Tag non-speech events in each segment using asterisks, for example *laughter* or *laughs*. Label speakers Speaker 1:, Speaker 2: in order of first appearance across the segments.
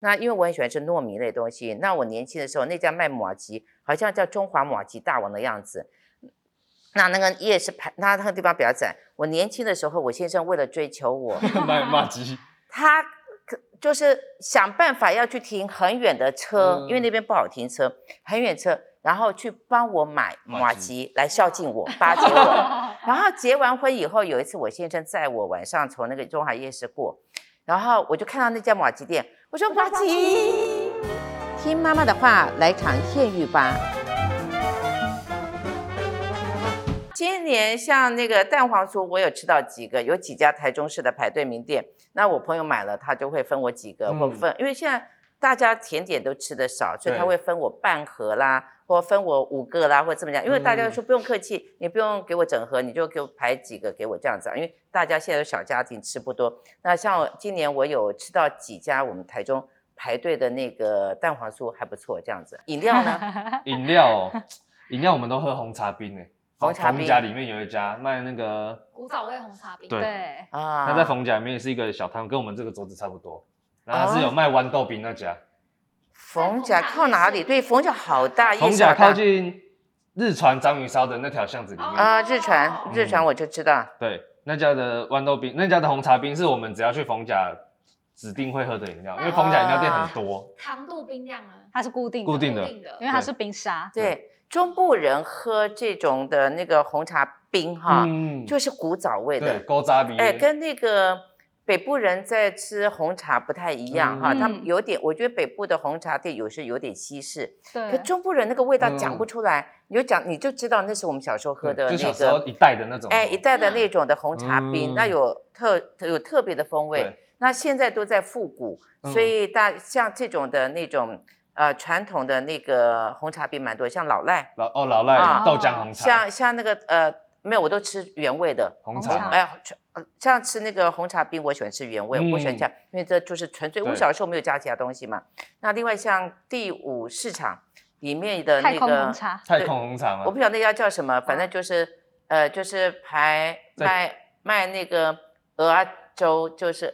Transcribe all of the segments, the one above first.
Speaker 1: 那因为我很喜欢吃糯米类东西，那我年轻的时候那家卖马吉，好像叫中华马吉大王的样子。那那个夜市排，那那个地方比较窄。我年轻的时候，我先生为了追求
Speaker 2: *laughs*
Speaker 1: 我， *laughs*
Speaker 2: 卖骂鸡，
Speaker 1: 他可就是想办法要去停很远的车，因为
Speaker 2: 嗯
Speaker 1: 那边不好停车，很远车，然后去帮我买
Speaker 2: 马
Speaker 1: 马
Speaker 2: 吉
Speaker 1: 吉来孝敬
Speaker 2: *laughs*
Speaker 1: 我、巴结
Speaker 3: *laughs*
Speaker 1: 我。然后结完婚以后，有一次我先生载我晚上从那个中华夜市过，然后我就看到那家马吉店，我说马吉，听妈妈的话，来场艳遇吧。今年像那个蛋黄酥，我有吃到几个，有几家台中市的排队名店。那我朋友买了，他就会分我几个，或
Speaker 2: 嗯
Speaker 1: 分，因为现在大家甜点都吃的少，所以他
Speaker 2: 对
Speaker 1: 会分我半盒啦，或分我五个啦，或怎么讲。因为大家都
Speaker 2: 嗯
Speaker 1: 说不用客气，你不用给我整盒，你就给我排几个给我这样子啊。因为大家现在都小家庭吃不多。那像我今年我有吃到几家我们台中排队的那个蛋黄酥还不错，这样子。饮料呢？
Speaker 2: *laughs* 饮料哦，饮料我们都喝红茶冰欸诶。
Speaker 1: 红茶冰
Speaker 2: 冯家里面有一家卖那个，
Speaker 4: 古早味红茶冰，
Speaker 2: 对
Speaker 3: 对，
Speaker 1: 啊，
Speaker 2: 他在冯家里面也是一个小摊，跟我们这个桌子差不多。然后他是有卖豌豆饼那家，
Speaker 1: 冯甲靠哪里？对，冯甲好大，夜
Speaker 2: 冯
Speaker 1: 市
Speaker 2: 家
Speaker 1: 好大
Speaker 2: 靠近日船章鱼烧的那条巷子里面。
Speaker 1: 啊、日船，日船
Speaker 2: 嗯
Speaker 1: 我就知道。
Speaker 2: 对，那家的豌豆冰，那家的红茶冰是我们只要去冯甲指定会喝的饮料，因为冯甲饮料店很多，
Speaker 4: 糖度冰量呢？
Speaker 3: 它是固定的，
Speaker 2: 固定的
Speaker 4: 固定的
Speaker 3: 因为它是冰沙。
Speaker 1: 对，中部人喝这种的那个红茶冰哈，
Speaker 2: 嗯，
Speaker 1: 啊就是古早味
Speaker 2: 对，
Speaker 1: 的，
Speaker 2: 勾扎冰，
Speaker 1: 哎，跟那个北部人在吃红茶不太一样哈，他们
Speaker 3: 嗯
Speaker 1: 有点，我觉得北部的红茶店有时有点西式，可
Speaker 3: 对，
Speaker 1: 中部人那个味道讲不出来，你就讲你就知道那是我们小时候喝的
Speaker 2: 嗯对就
Speaker 1: 那
Speaker 2: 小时候
Speaker 1: 个，
Speaker 2: 一袋的那种，
Speaker 1: 哎，一袋的那种的红茶冰，那
Speaker 2: 嗯
Speaker 1: 有特有特别的风味
Speaker 2: 对。
Speaker 1: 那现在都在复古，所
Speaker 2: 嗯
Speaker 1: 以大像这种的那种呃传统的那个红茶冰蛮多，像老赖，
Speaker 2: 老哦老赖
Speaker 1: 啊
Speaker 2: 豆浆红茶，
Speaker 1: 像像那个呃没有，我都吃原味的。
Speaker 2: 红
Speaker 3: 红茶
Speaker 2: 茶，
Speaker 1: 哎呀，纯呃像吃那个红茶冰，我喜欢吃原味，我喜欢
Speaker 2: 嗯
Speaker 1: 这样，因为这就是纯粹。我
Speaker 2: 对
Speaker 1: 小时候没有加其他东西嘛。那另外像第五市场里面的
Speaker 3: 太
Speaker 1: 那
Speaker 3: 空红
Speaker 1: 个，
Speaker 3: 茶，
Speaker 2: 太空红茶
Speaker 1: 我
Speaker 2: 嘛
Speaker 1: 不，晓得那家叫什么，反正就是呃，就是排
Speaker 2: 在
Speaker 1: 卖卖那个鹅啊粥，就是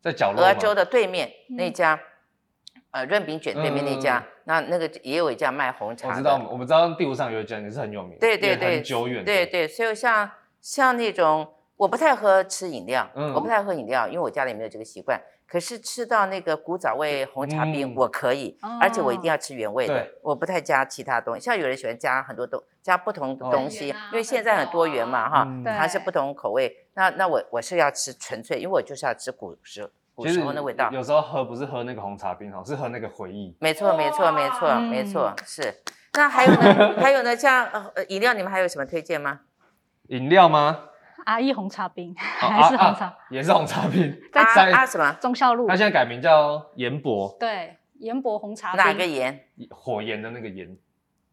Speaker 2: 在角落
Speaker 1: 鹅
Speaker 2: 嘛，
Speaker 1: 州的对面
Speaker 3: 嗯
Speaker 1: 那家，呃，润饼卷对面那家
Speaker 2: 嗯，
Speaker 1: 那那个也有一家卖红
Speaker 2: 我
Speaker 1: 茶
Speaker 2: 知道，
Speaker 1: 的，
Speaker 2: 我们知道第五上有一家也是很有名的，
Speaker 1: 对对
Speaker 2: 也
Speaker 1: 对，
Speaker 2: 很久远，
Speaker 1: 对，对，所以像像那种我不太喝吃饮料，
Speaker 2: 嗯
Speaker 1: 我不太喝饮料，因为我家里没有这个习惯。可是吃到那个古早味红茶冰，
Speaker 2: 嗯
Speaker 1: 我可以，而
Speaker 3: 哦
Speaker 1: 且我一定要吃原味的
Speaker 2: 对，
Speaker 1: 我不太加其他东西。像有人喜欢加很多东，加不同的
Speaker 2: 哦
Speaker 1: 东西，
Speaker 4: 多元啊
Speaker 1: 因为现在很多元嘛，哈，
Speaker 2: 嗯
Speaker 3: 对
Speaker 1: 它是不同口味。那那我我是要吃纯粹，因为我就是要吃古时古
Speaker 2: 其实
Speaker 1: 时候的味道。
Speaker 2: 有时候喝不是喝那个红茶冰哦，是喝那个回忆，
Speaker 1: 没错，没错，没错，
Speaker 3: 哇
Speaker 1: 没错，是。那还有呢？还有呢？像呃呃饮料，你们还有什么推荐吗？
Speaker 2: 饮料吗？
Speaker 3: 阿姨啊红茶冰
Speaker 2: 哦
Speaker 3: *laughs* 还是
Speaker 2: 啊
Speaker 3: 红
Speaker 2: 啊
Speaker 3: 茶，
Speaker 2: 也是红茶冰，
Speaker 1: *laughs* 啊
Speaker 2: 在
Speaker 1: 啊什么？
Speaker 3: 忠孝路
Speaker 2: 他现在改名叫盐博，
Speaker 3: 对，盐博红茶
Speaker 1: 哪个
Speaker 3: 冰，
Speaker 1: 盐？
Speaker 2: 火焰的那个焰，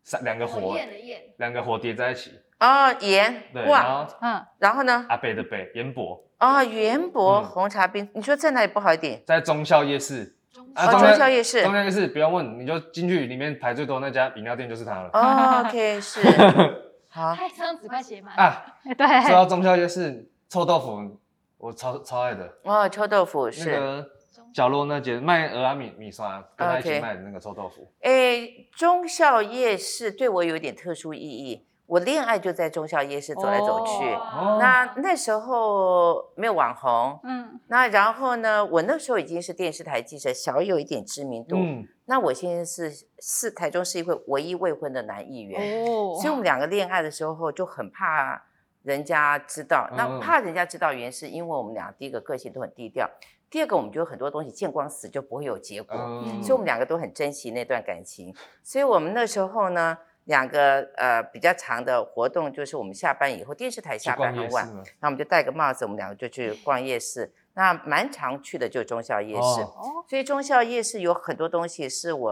Speaker 2: 三两个
Speaker 4: 火
Speaker 2: 火，
Speaker 4: 焰的焰，
Speaker 2: 两个火叠在一起，
Speaker 1: 哦，盐
Speaker 2: 对，
Speaker 1: 哇，
Speaker 2: 然后
Speaker 3: 嗯，
Speaker 1: 然后呢？
Speaker 2: 阿北的北盐博
Speaker 1: 哦，元博
Speaker 2: 嗯
Speaker 1: 红茶冰，你说在哪里不好一点？
Speaker 2: 在中校夜市，
Speaker 4: 中
Speaker 2: 啊
Speaker 1: 哦，
Speaker 2: 中
Speaker 1: 中
Speaker 2: 山
Speaker 1: 校夜市
Speaker 2: 中。校夜市不用问，你就进去里面排最多那家饮料店就是它了。 *laughs*
Speaker 1: 哦，OK，是好
Speaker 4: 太张纸快写满了，
Speaker 2: 啊，
Speaker 1: 哎
Speaker 2: 说
Speaker 3: 哎对，
Speaker 2: 到中校夜市臭豆腐，我超超爱的，
Speaker 1: 哦，臭豆腐
Speaker 2: 那
Speaker 1: 是。
Speaker 2: 个角落那间卖鹅啊米米刷，跟他一
Speaker 1: OK
Speaker 2: 起卖的那个臭豆腐，
Speaker 1: 诶，中校夜市对我有点特殊意义，我恋爱就在中校夜市走来走去。
Speaker 2: 哦
Speaker 1: 那那时候没有网红，
Speaker 3: 嗯，
Speaker 1: 那然后呢，我那时候已经是电视台记者，小有一点知名度。
Speaker 2: 嗯，
Speaker 1: 那我先生是是台中市议会唯一未婚的男议员，
Speaker 3: 哦
Speaker 1: 所以我们两个恋爱的时候就很怕人家知道。那
Speaker 2: 嗯
Speaker 1: 怕人家知道，原因是因为我们俩第一个个性都很低调，第二个我们觉得很多东西见光死就不会有结果。
Speaker 2: 嗯
Speaker 1: 所以我们两个都很珍惜那段感情。所以我们那时候呢，两个呃比较长的活动就是我们下班以后，电视台
Speaker 2: 去
Speaker 1: 下班
Speaker 2: 逛夜
Speaker 1: 很
Speaker 2: 市
Speaker 1: 晚，
Speaker 2: 吗？
Speaker 1: 那我们就戴个帽子，我们两个就去逛夜市。那蛮常去的就是中校夜市，
Speaker 2: 哦
Speaker 3: 哦，
Speaker 1: 所以中校夜市有很多东西是我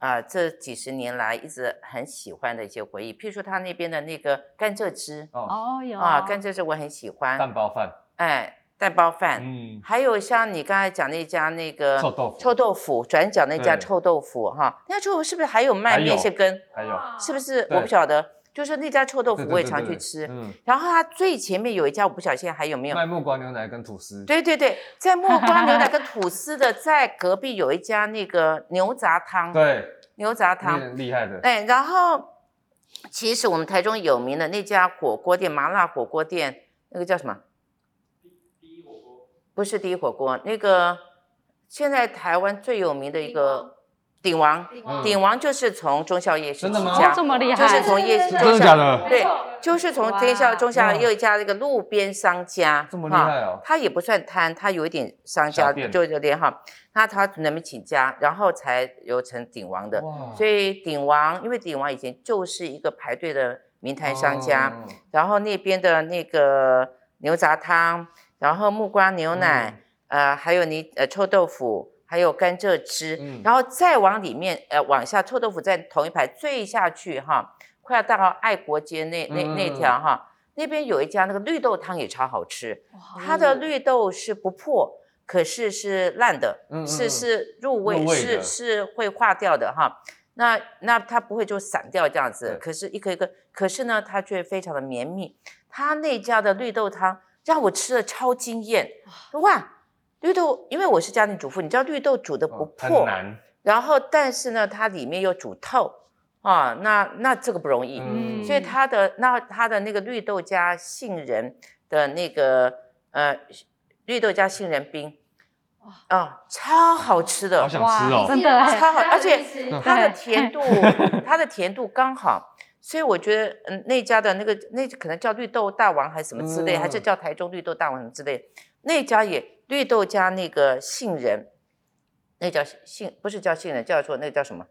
Speaker 1: 啊、呃这几十年来一直很喜欢的一些回忆，譬如说他那边的那个甘蔗汁
Speaker 2: 哦，
Speaker 3: 哦有
Speaker 1: 啊，甘蔗汁我很喜欢，
Speaker 2: 蛋包饭，
Speaker 1: 哎，蛋包饭，
Speaker 2: 嗯，
Speaker 1: 还有像你刚才讲那家那个
Speaker 2: 臭豆腐
Speaker 1: 呃臭豆腐转角那家
Speaker 2: 对
Speaker 1: 臭豆腐哈，那家臭豆腐是不是还有卖
Speaker 2: 还有
Speaker 1: 面线羹？
Speaker 2: 还有
Speaker 4: 哇
Speaker 1: 是不是？
Speaker 2: 对
Speaker 1: 我不晓得。就是那家臭豆
Speaker 2: 对
Speaker 1: 腐
Speaker 2: 对
Speaker 1: 我也
Speaker 2: 对
Speaker 1: 常
Speaker 2: 对
Speaker 1: 去吃，
Speaker 2: 嗯，
Speaker 1: 然后它最前面有一家，我不晓得现在还有没有。
Speaker 2: 卖木瓜牛奶跟吐司，
Speaker 1: 对对对，在
Speaker 3: *laughs*
Speaker 1: 木瓜牛奶跟吐司的，在隔壁有一家那个牛杂汤，
Speaker 2: 对，
Speaker 1: 牛杂
Speaker 2: 那
Speaker 1: 汤，
Speaker 2: 很厉害的，
Speaker 1: 哎，然后其实我们台中有名的那家火锅店，麻辣火锅店，那个叫什么？不是第一火锅，那个现在台湾最有名的一个鼎王，
Speaker 4: 顶
Speaker 2: 嗯
Speaker 1: 鼎王就是从中校夜市
Speaker 2: 真的吗
Speaker 1: 起家
Speaker 3: 哦这么厉
Speaker 1: 就是
Speaker 3: 害，
Speaker 1: 从夜市
Speaker 4: 对
Speaker 2: 真的假的？
Speaker 1: 对
Speaker 4: 没错
Speaker 1: 就是从中校中
Speaker 2: 哇
Speaker 1: 校又一家那个路边商家，
Speaker 2: 这么厉
Speaker 1: 哈
Speaker 2: 害哦，
Speaker 1: 他也不算贪，他有一点商
Speaker 2: 小
Speaker 1: 家，
Speaker 2: 店
Speaker 1: 就有点哈，那他能不能请假，然后才有成鼎王的。
Speaker 2: 哇
Speaker 1: 所以鼎王，因为鼎王以前就是一个排队的名摊商家，
Speaker 2: 哦
Speaker 1: 然后那边的那个牛杂汤，然后木瓜
Speaker 2: 哦
Speaker 1: 牛奶，呃，还有你呃臭豆腐，还有甘蔗汁，
Speaker 2: 嗯
Speaker 1: 然后再往里面呃往下，臭豆腐在同一排最下去哈，快要到爱国街那那那
Speaker 2: 嗯
Speaker 1: 条哈，那边有一家那个绿豆汤也超好吃，
Speaker 3: 哇
Speaker 1: 它的绿豆是不破，可是是烂的，
Speaker 2: 嗯嗯
Speaker 1: 是
Speaker 2: 嗯
Speaker 1: 是入味，
Speaker 2: 入味
Speaker 1: 是
Speaker 2: 的
Speaker 1: 是会化掉的哈。那那它不会就散掉这样子
Speaker 2: 对，
Speaker 1: 可是一颗一颗，可是呢，它却非常的绵密。它那家的绿豆汤让我吃了超惊艳，哇！绿豆，因为我是家庭主妇，你知道绿豆煮的不
Speaker 2: 哦
Speaker 1: 破，
Speaker 2: 很难，
Speaker 1: 然后但是呢，它里面又煮透啊，那那这个不容易。
Speaker 2: 嗯
Speaker 1: 所以它的那它的那个绿豆加杏仁的那个呃绿豆加杏仁冰，啊、超好吃的
Speaker 2: 好，想吃
Speaker 3: 哇
Speaker 2: 哦，
Speaker 3: 真的
Speaker 1: 超好而且
Speaker 2: *laughs* 嗯
Speaker 1: 它的
Speaker 3: 对
Speaker 1: 甜度它的甜度刚好，所以我觉得嗯那家的那个那可能叫绿豆大王还是什么之类，还是
Speaker 2: 嗯
Speaker 1: 叫台中绿豆大王什么之类，那家也绿豆加那个杏仁，那叫杏不是叫杏仁，叫做那叫什么？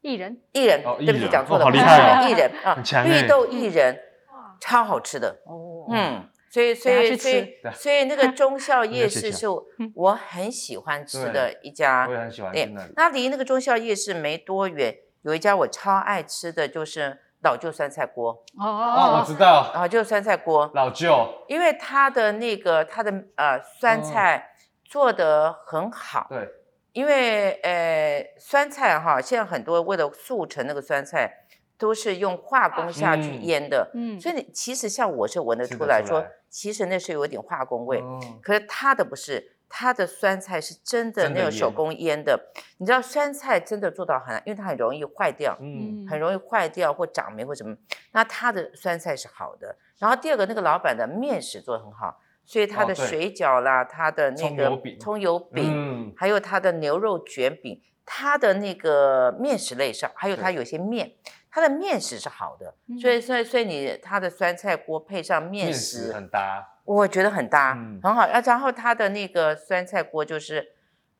Speaker 3: 艺人
Speaker 1: 薏仁，
Speaker 2: 哦
Speaker 1: 对不
Speaker 2: 薏
Speaker 1: 起，
Speaker 2: 仁
Speaker 1: 讲错
Speaker 2: 哦
Speaker 1: 了，
Speaker 2: 好
Speaker 1: 不
Speaker 2: 厉
Speaker 1: 是
Speaker 3: 害哦
Speaker 1: 薏仁啊
Speaker 2: 很，强
Speaker 1: 绿
Speaker 2: 欸
Speaker 1: 豆薏仁
Speaker 4: 哇
Speaker 1: 超好吃的，
Speaker 3: 哦，
Speaker 1: 嗯，所以所
Speaker 3: 等下
Speaker 1: 以
Speaker 3: 去
Speaker 1: 所以
Speaker 2: 对
Speaker 1: 所以那
Speaker 2: *laughs*
Speaker 1: 个忠孝夜
Speaker 2: 去嗯
Speaker 1: 市
Speaker 2: 抢
Speaker 1: 是我我很喜欢吃的一
Speaker 2: 我也
Speaker 1: 家，
Speaker 2: 很喜欢
Speaker 1: 对
Speaker 2: 吃那里，
Speaker 1: 那离那个忠孝夜市没多远，有一家我超爱吃的就是老旧酸菜锅，
Speaker 2: 哦，我
Speaker 3: 哦，
Speaker 2: 知道，
Speaker 1: 老旧酸菜锅，
Speaker 2: 老舅，
Speaker 1: 因为它的那个它的呃酸
Speaker 2: 哦
Speaker 1: 菜做得很好，
Speaker 2: 对，
Speaker 1: 因为呃酸菜哈，现在很多为了速成那个酸菜，都是用化工下去
Speaker 2: 嗯
Speaker 1: 腌的，
Speaker 3: 嗯，
Speaker 1: 所以你其实像我是闻得
Speaker 2: 吃
Speaker 1: 出
Speaker 2: 得
Speaker 1: 来
Speaker 2: 出
Speaker 1: 说
Speaker 2: 来，
Speaker 1: 其实那是有点化工味，
Speaker 2: 哦
Speaker 1: 可是它的不是。它的酸菜是真的
Speaker 2: 真的
Speaker 1: 那种手
Speaker 2: 腌
Speaker 1: 工腌的，你知道酸菜真的做到很难，因为它很容易坏掉。
Speaker 2: 嗯，
Speaker 1: 很容易坏掉或长霉或什么。那它的酸菜是好的，然后第二个那个老板的面食做得很好，所以他
Speaker 2: 哦
Speaker 1: 的
Speaker 2: 对
Speaker 1: 水饺啦，他的那
Speaker 2: 葱
Speaker 1: 个
Speaker 2: 油饼
Speaker 1: 葱油饼，
Speaker 2: 嗯，
Speaker 1: 还有他的牛肉卷饼，他的那个面食类上，还有他
Speaker 2: 对
Speaker 1: 有些面，他的面食是好的，
Speaker 3: 嗯
Speaker 1: 所以所以所以你他的酸菜锅配上面
Speaker 2: 面
Speaker 1: 食，
Speaker 2: 食很搭，
Speaker 1: 我觉得很搭，
Speaker 2: 嗯
Speaker 1: 很好。啊，然后它的那个酸菜锅就是，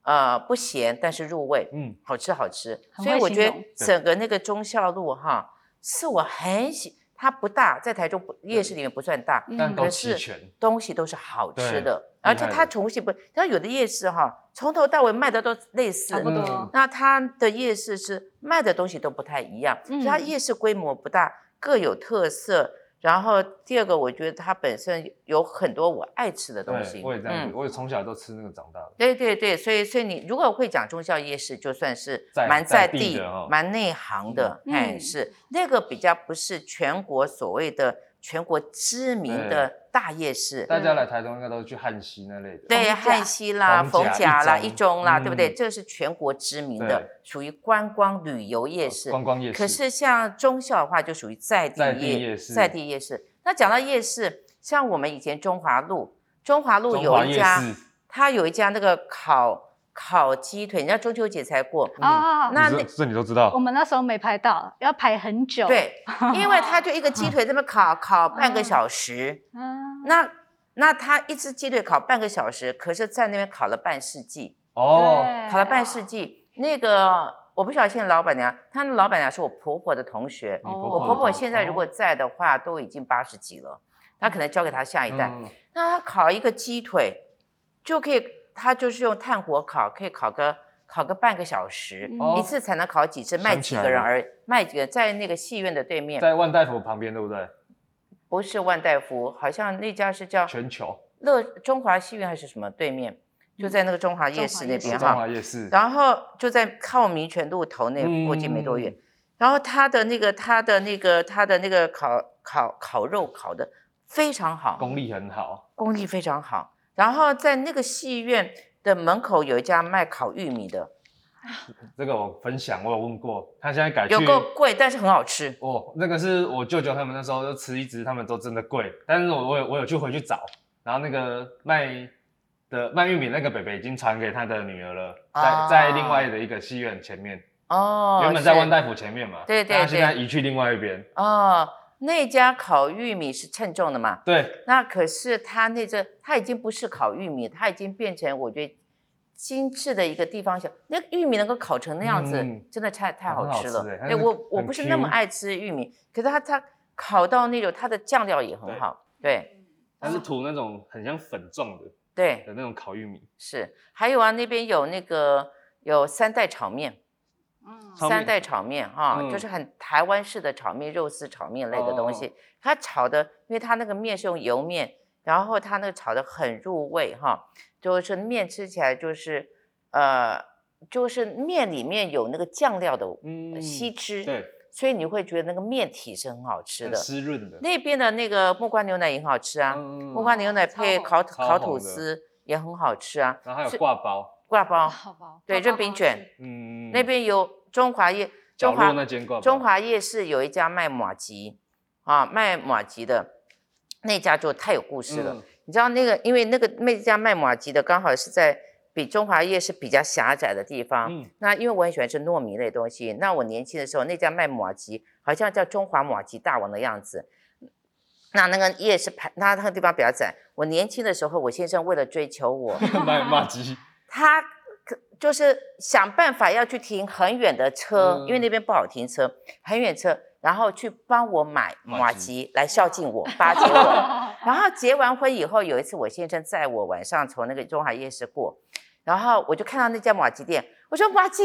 Speaker 1: 呃，不咸但是入味，
Speaker 2: 嗯，
Speaker 1: 好吃好吃。
Speaker 3: 很
Speaker 1: 所以
Speaker 3: 会
Speaker 1: 我
Speaker 3: 形
Speaker 1: 觉得
Speaker 3: 容
Speaker 1: 整个那个忠孝路哈，是我很喜，它不大，在台中不夜市里面不算大，
Speaker 3: 嗯
Speaker 2: 但
Speaker 1: 可
Speaker 2: 都
Speaker 1: 是
Speaker 2: 齐全，
Speaker 1: 东西都是好吃
Speaker 2: 对
Speaker 1: 的，而
Speaker 2: 厉
Speaker 1: 且
Speaker 2: 害
Speaker 1: 它
Speaker 2: 的
Speaker 1: 重复不，像有的夜市哈，从头到尾卖的都类似
Speaker 3: 差，不多
Speaker 2: 嗯
Speaker 1: 那它的夜市是卖的东西都不太一样，所以它
Speaker 3: 嗯
Speaker 1: 夜市规模不大，各有特色。然后第二个，我觉得它本身有很多我爱吃的东西。
Speaker 2: 对，我也这样子，
Speaker 1: 嗯。
Speaker 2: 我也从小都吃那个长大的，
Speaker 1: 对对对，所以所以你如果会讲中校夜市，就算是
Speaker 2: 在
Speaker 1: 蛮
Speaker 2: 在地
Speaker 1: 地、
Speaker 2: 的哦
Speaker 1: 蛮内行的，
Speaker 3: 嗯
Speaker 1: 哎，
Speaker 3: 嗯
Speaker 1: 是那个比较不是全国所谓的全国知名
Speaker 2: 对
Speaker 1: 的大夜市，
Speaker 2: 大家来台中应该都去汉西那类的，
Speaker 1: 对，
Speaker 3: 甲
Speaker 1: 汉西啦、
Speaker 2: 逢
Speaker 1: 逢
Speaker 2: 甲
Speaker 1: 甲啦、
Speaker 2: 一
Speaker 1: 一
Speaker 2: 中
Speaker 1: 中啦，对不对？
Speaker 2: 嗯
Speaker 1: 这是全国知名
Speaker 2: 对哦
Speaker 1: 的，属于观光旅游夜市。
Speaker 2: 观光夜市，
Speaker 1: 可是像中校的话，就属于在地
Speaker 2: 在
Speaker 1: 夜
Speaker 2: 地夜市
Speaker 1: 在地夜市。那讲到夜市，像我们以前中华路，中华路
Speaker 2: 中
Speaker 1: 有
Speaker 2: 华
Speaker 1: 一
Speaker 2: 夜
Speaker 1: 家，
Speaker 2: 市，
Speaker 1: 它有一家那个烤烤鸡腿，人家中秋节才过。
Speaker 3: 啊，
Speaker 1: 那
Speaker 2: 哦嗯你
Speaker 1: 那
Speaker 2: 这这你都知
Speaker 3: 我
Speaker 2: 道，
Speaker 3: 们那时候没拍到，要排很久，， *laughs*
Speaker 1: 对，因为它就一个鸡腿这么烤，烤半个
Speaker 3: 嗯
Speaker 1: 小时。
Speaker 3: 嗯，
Speaker 1: 那那它一只鸡腿烤半个小时，可是在那边烤了半世纪，
Speaker 2: 哦，
Speaker 3: 对啊
Speaker 1: 烤了半世纪。那个我不晓得现在老板娘，她那老板娘是我婆婆的同学，
Speaker 2: 你
Speaker 3: 哦
Speaker 1: 我婆婆现在如果
Speaker 2: 哦
Speaker 1: 在的话，都已经八十几了，她可能交给她下一代。
Speaker 2: 嗯
Speaker 1: 那她烤一个鸡腿，就可以，她就是用炭火烤，可以烤个烤个半个小时，
Speaker 3: 嗯
Speaker 1: 一
Speaker 2: 哦
Speaker 1: 次才能烤几只，卖
Speaker 2: 想
Speaker 1: 几
Speaker 2: 起
Speaker 1: 个
Speaker 2: 来
Speaker 1: 人
Speaker 2: 了
Speaker 1: 而卖几个，在那个戏院的对面，
Speaker 2: 在万大夫旁边对不对？
Speaker 1: 不是万代福，好像那家是叫
Speaker 2: 全球
Speaker 1: 乐中华戏院还是什么对面，
Speaker 2: 嗯
Speaker 1: 就在那个中华夜
Speaker 3: 中
Speaker 1: 市
Speaker 3: 华
Speaker 1: 那
Speaker 3: 夜市
Speaker 1: 边
Speaker 2: 中
Speaker 1: 哈。
Speaker 2: 华夜市，嗯
Speaker 1: 然后就在靠民权路头那附近没多远，然后他的那个他的那个他的那个烤烤烤肉烤的非常好，
Speaker 2: 功力很好，
Speaker 1: 功力非常好。然后在那个戏院的门口有一家卖烤玉米的，
Speaker 2: 这个我分享，我有问过，他现在啊改去
Speaker 1: 有够贵，但是很好吃。
Speaker 2: 哦，那个是我舅舅他们那时候就吃一只，他们都真的贵，但是我我有我有去回去找，然后那个卖的卖玉米那个北北已经传给他的女儿了，在、
Speaker 1: 啊
Speaker 2: 在另外的一个戏院前面，
Speaker 1: 哦，
Speaker 2: 原本在
Speaker 1: 是
Speaker 2: 万大府前面嘛，
Speaker 1: 对对
Speaker 2: 但他现在
Speaker 1: 对
Speaker 2: 移去另外一边，
Speaker 1: 哦，那家烤玉米是称重的嘛？
Speaker 2: 对，
Speaker 1: 那可是它那这它已经不是烤玉米，它已经变成我觉得精致的一个地方小。那玉米能够烤成那样子，
Speaker 2: 嗯
Speaker 1: 真的太太
Speaker 2: 很
Speaker 1: 好
Speaker 2: 好
Speaker 1: 吃了
Speaker 2: 吃欸。它
Speaker 1: 哎、
Speaker 2: 是
Speaker 1: 我我
Speaker 2: 很
Speaker 1: 不是那么
Speaker 2: Q
Speaker 1: 爱吃玉米，可是它它烤到那种它的酱料也很
Speaker 2: 对
Speaker 1: 好。对
Speaker 2: 他是涂那种很像粉状的
Speaker 1: 对
Speaker 2: 的那种烤玉米，
Speaker 1: 是，还有啊，那边有那个有三代炒面，
Speaker 3: 嗯
Speaker 2: 炒
Speaker 1: 哦三
Speaker 2: 面
Speaker 1: 代炒面哈、
Speaker 2: 嗯
Speaker 1: 就是很台湾式的炒面、肉丝炒面类的东西。
Speaker 2: 哦
Speaker 1: 它炒的，因为它那个面是用油面，然后它那个炒的很入味哈，就是面吃起来就是呃，就是面里面有那个酱料的
Speaker 2: 嗯，
Speaker 1: 吸汁，
Speaker 2: 对，
Speaker 1: 所以你会觉得那个面体是很好吃
Speaker 2: 很
Speaker 1: 的。
Speaker 2: 湿润的，
Speaker 1: 那边的那个木瓜牛奶也很好吃啊，
Speaker 2: 嗯
Speaker 1: 木瓜牛奶
Speaker 4: 超
Speaker 1: 配
Speaker 4: 红
Speaker 1: 烤
Speaker 2: 超
Speaker 1: 烤
Speaker 2: 红
Speaker 1: 吐
Speaker 2: 的
Speaker 1: 司也很好吃啊，
Speaker 2: 然后还有
Speaker 1: 是
Speaker 2: 挂包，
Speaker 1: 挂包。
Speaker 4: 好吧，
Speaker 1: 对
Speaker 4: 好吧
Speaker 1: 润饼卷，
Speaker 2: 嗯，
Speaker 1: 那边有中华夜
Speaker 2: 角
Speaker 1: 中
Speaker 2: 落
Speaker 1: 华
Speaker 2: 那间挂包，
Speaker 1: 中华夜市有一家卖马吉啊，卖马吉的那家就太有故事了。
Speaker 2: 嗯
Speaker 1: 你知道那个，因为那个那家卖马吉的刚好是在比中华夜市比较狭窄的地方。
Speaker 2: 嗯
Speaker 1: 那因为我很喜欢吃糯米类的东西，那我年轻的时候那家卖马吉好像叫中华马吉大王的样子。那那个夜市排，那那个地方比较窄。我年轻的时候，我先生为了追求我，
Speaker 2: 卖骂鸡，
Speaker 1: 他可就是想办法要去停很远的车，因为
Speaker 2: 嗯
Speaker 1: 那边不好停车，很远车，然后去帮我买
Speaker 2: 马
Speaker 1: 马
Speaker 2: 吉
Speaker 1: 吉来孝敬我、巴结我。然后结完婚以后，有一次我先生载我晚上从那个中华夜市过，然后我就看到那家马吉店，我说马吉，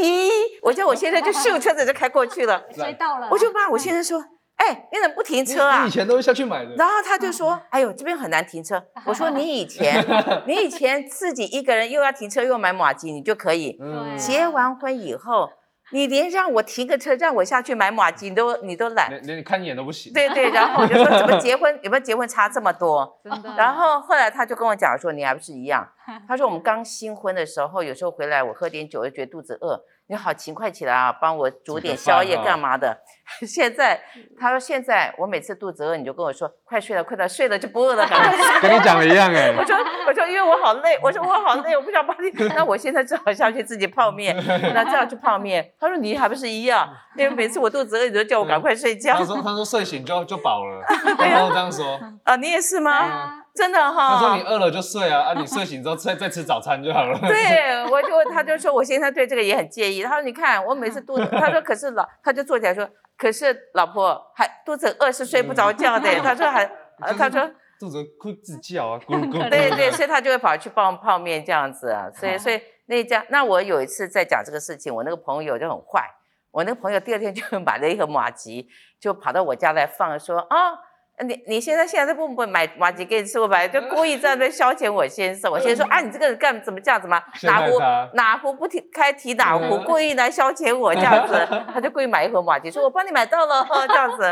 Speaker 1: 我叫我先生就 *laughs* 咻车子就开过去了，
Speaker 3: 追到了，
Speaker 1: 我就骂我先生说，哎，你怎么不停车啊？
Speaker 2: 你以前都会下去买的，
Speaker 1: 然后他就说：“哎呦，这边很难停车。”我说：“你以前，你以前自己一个人又要停车又要买马吉，你就可以。
Speaker 2: 嗯
Speaker 4: 对
Speaker 1: 结完婚以后，你连让我停个车，让我下去买马吉，你都你都懒。
Speaker 2: 连连你看一眼都不行。
Speaker 1: 对对，然后我就说：怎么结婚？有没有结婚差这么多？
Speaker 3: 真的，
Speaker 1: 然后后来他就跟我讲说：你还不是一样？他说我们刚新婚的时候，有时候回来我喝点酒，就觉得肚子饿，你好勤快起来啊，帮我煮
Speaker 2: 个
Speaker 1: 点
Speaker 2: 饭
Speaker 1: 宵夜
Speaker 2: 啊
Speaker 1: 干嘛的？ *laughs* 现在他说现在我每次肚子饿，你就跟我说快睡了，快点睡了就不饿了，赶快睡。 *laughs*
Speaker 2: 跟你讲的一样哎、
Speaker 1: 我说我说因为我好累，我说我好累，我不想帮
Speaker 2: *laughs*
Speaker 1: 你。那我现在只好下去自己泡面，那这样去泡面。他说你还不是一
Speaker 2: *laughs*
Speaker 1: 样，因为每次我肚子饿，你就叫我赶快睡觉
Speaker 2: 他说他说睡醒就就饱了，然后这样说，
Speaker 1: 啊，你也是
Speaker 4: 对
Speaker 1: 吗？
Speaker 4: 啊
Speaker 1: 真的哈。
Speaker 2: 嗯他说你饿了就睡
Speaker 1: *laughs*
Speaker 2: 啊，啊你睡醒之后再再吃早餐就好了。
Speaker 1: 对，
Speaker 2: *laughs*
Speaker 1: 我就他就说我先生对这个也很介意，他说你看我每次肚子，他说可是老，他就坐起来说，可是老婆还肚子饿是睡不着觉的，他说
Speaker 2: *laughs*
Speaker 1: 还，呃他说
Speaker 2: 肚子哭自叫啊，咕噜咕噜。
Speaker 1: 对对，所以他就会跑去泡泡面这样子啊，所以所以那家，那我有一次在讲这个事情，我那个朋友就很坏，我那个朋友第二天就 *laughs* 买了一个马吉，就跑到我家来放，说啊。你你现在现在不不买马吉给你吃我买，就故意在那边消遣我先生。我先生说啊，你这个人干怎么这样子嘛？
Speaker 2: *laughs* *laughs* 现
Speaker 1: 哪
Speaker 2: 在
Speaker 1: 壶
Speaker 2: 他
Speaker 1: 哪壶不提开提哪壶，
Speaker 2: 嗯
Speaker 1: 故意来消遣我这样子，他就故意买一盒马吉，说我帮你买到了这样子，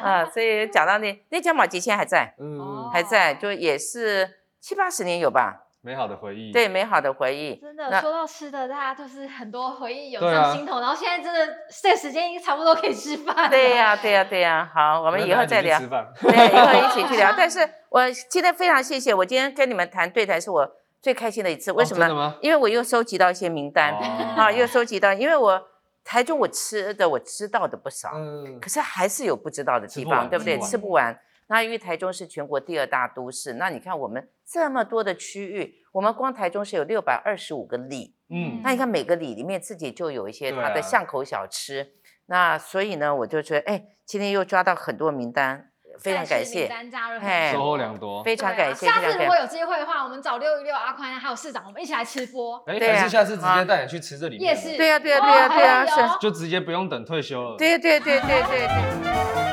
Speaker 1: 啊，所以讲到那那家马吉现在还在，
Speaker 2: 嗯
Speaker 4: 哦，
Speaker 1: 还在，就也是七八十年有吧，
Speaker 2: 美好的回忆。
Speaker 1: 对，美好的回忆。
Speaker 4: 真
Speaker 1: 那
Speaker 4: 的说到吃的，大家都是很多回忆涌
Speaker 2: 对啊
Speaker 4: 上心头，然后现在真的这个时间已经差不多可以吃饭了。
Speaker 1: 对呀、对呀、对呀、好，我
Speaker 2: 我
Speaker 1: 们以后再聊
Speaker 2: 吃，饭。
Speaker 1: 对，以后一起去聊。但是我今天非常谢谢，我今天跟你们谈对谈是我最开心的一次，为
Speaker 2: 哦
Speaker 1: 什
Speaker 2: 真的
Speaker 1: 么？
Speaker 2: 吗？
Speaker 1: 因为我又收集到一些名单，啊，
Speaker 2: 啊
Speaker 1: 又收集到，因为我台中我吃的我知道的不少，
Speaker 2: 嗯
Speaker 1: 可是还是有不知道的地
Speaker 2: 吃不完
Speaker 1: 方，对不对？
Speaker 4: 吃不完
Speaker 1: 吃不完。那因为台中是全国第二大都市，那你看我们这么多的区域，我们光台中是有六百二十五个里，
Speaker 2: 嗯，
Speaker 1: 那你看每个里里面自己就有一些
Speaker 2: 对
Speaker 1: 它的
Speaker 2: 啊
Speaker 1: 巷口小吃。那所以呢，我就觉得，哎，今天又抓到很多名单，非常感
Speaker 4: 再吃名
Speaker 1: 谢，
Speaker 4: 单加入
Speaker 1: 嘿
Speaker 2: 收获良多。
Speaker 1: 非
Speaker 4: 非
Speaker 1: 常感谢，
Speaker 4: 啊下
Speaker 1: 非常
Speaker 4: 次如
Speaker 1: 感
Speaker 4: 果
Speaker 1: 谢。
Speaker 4: 有机会的话，我们找六一六阿宽还有市长，我们一起来吃播
Speaker 2: 哎，
Speaker 1: 对啊
Speaker 2: 还是下次直
Speaker 1: 好
Speaker 2: 接带你去吃这里面
Speaker 4: 夜
Speaker 2: 的
Speaker 4: 市。
Speaker 1: 对呀对呀
Speaker 4: 哦
Speaker 1: 对呀对呀
Speaker 4: 还有
Speaker 1: 是啊
Speaker 4: 哦
Speaker 2: 就直接不用等退休了。
Speaker 1: 对对对对对对。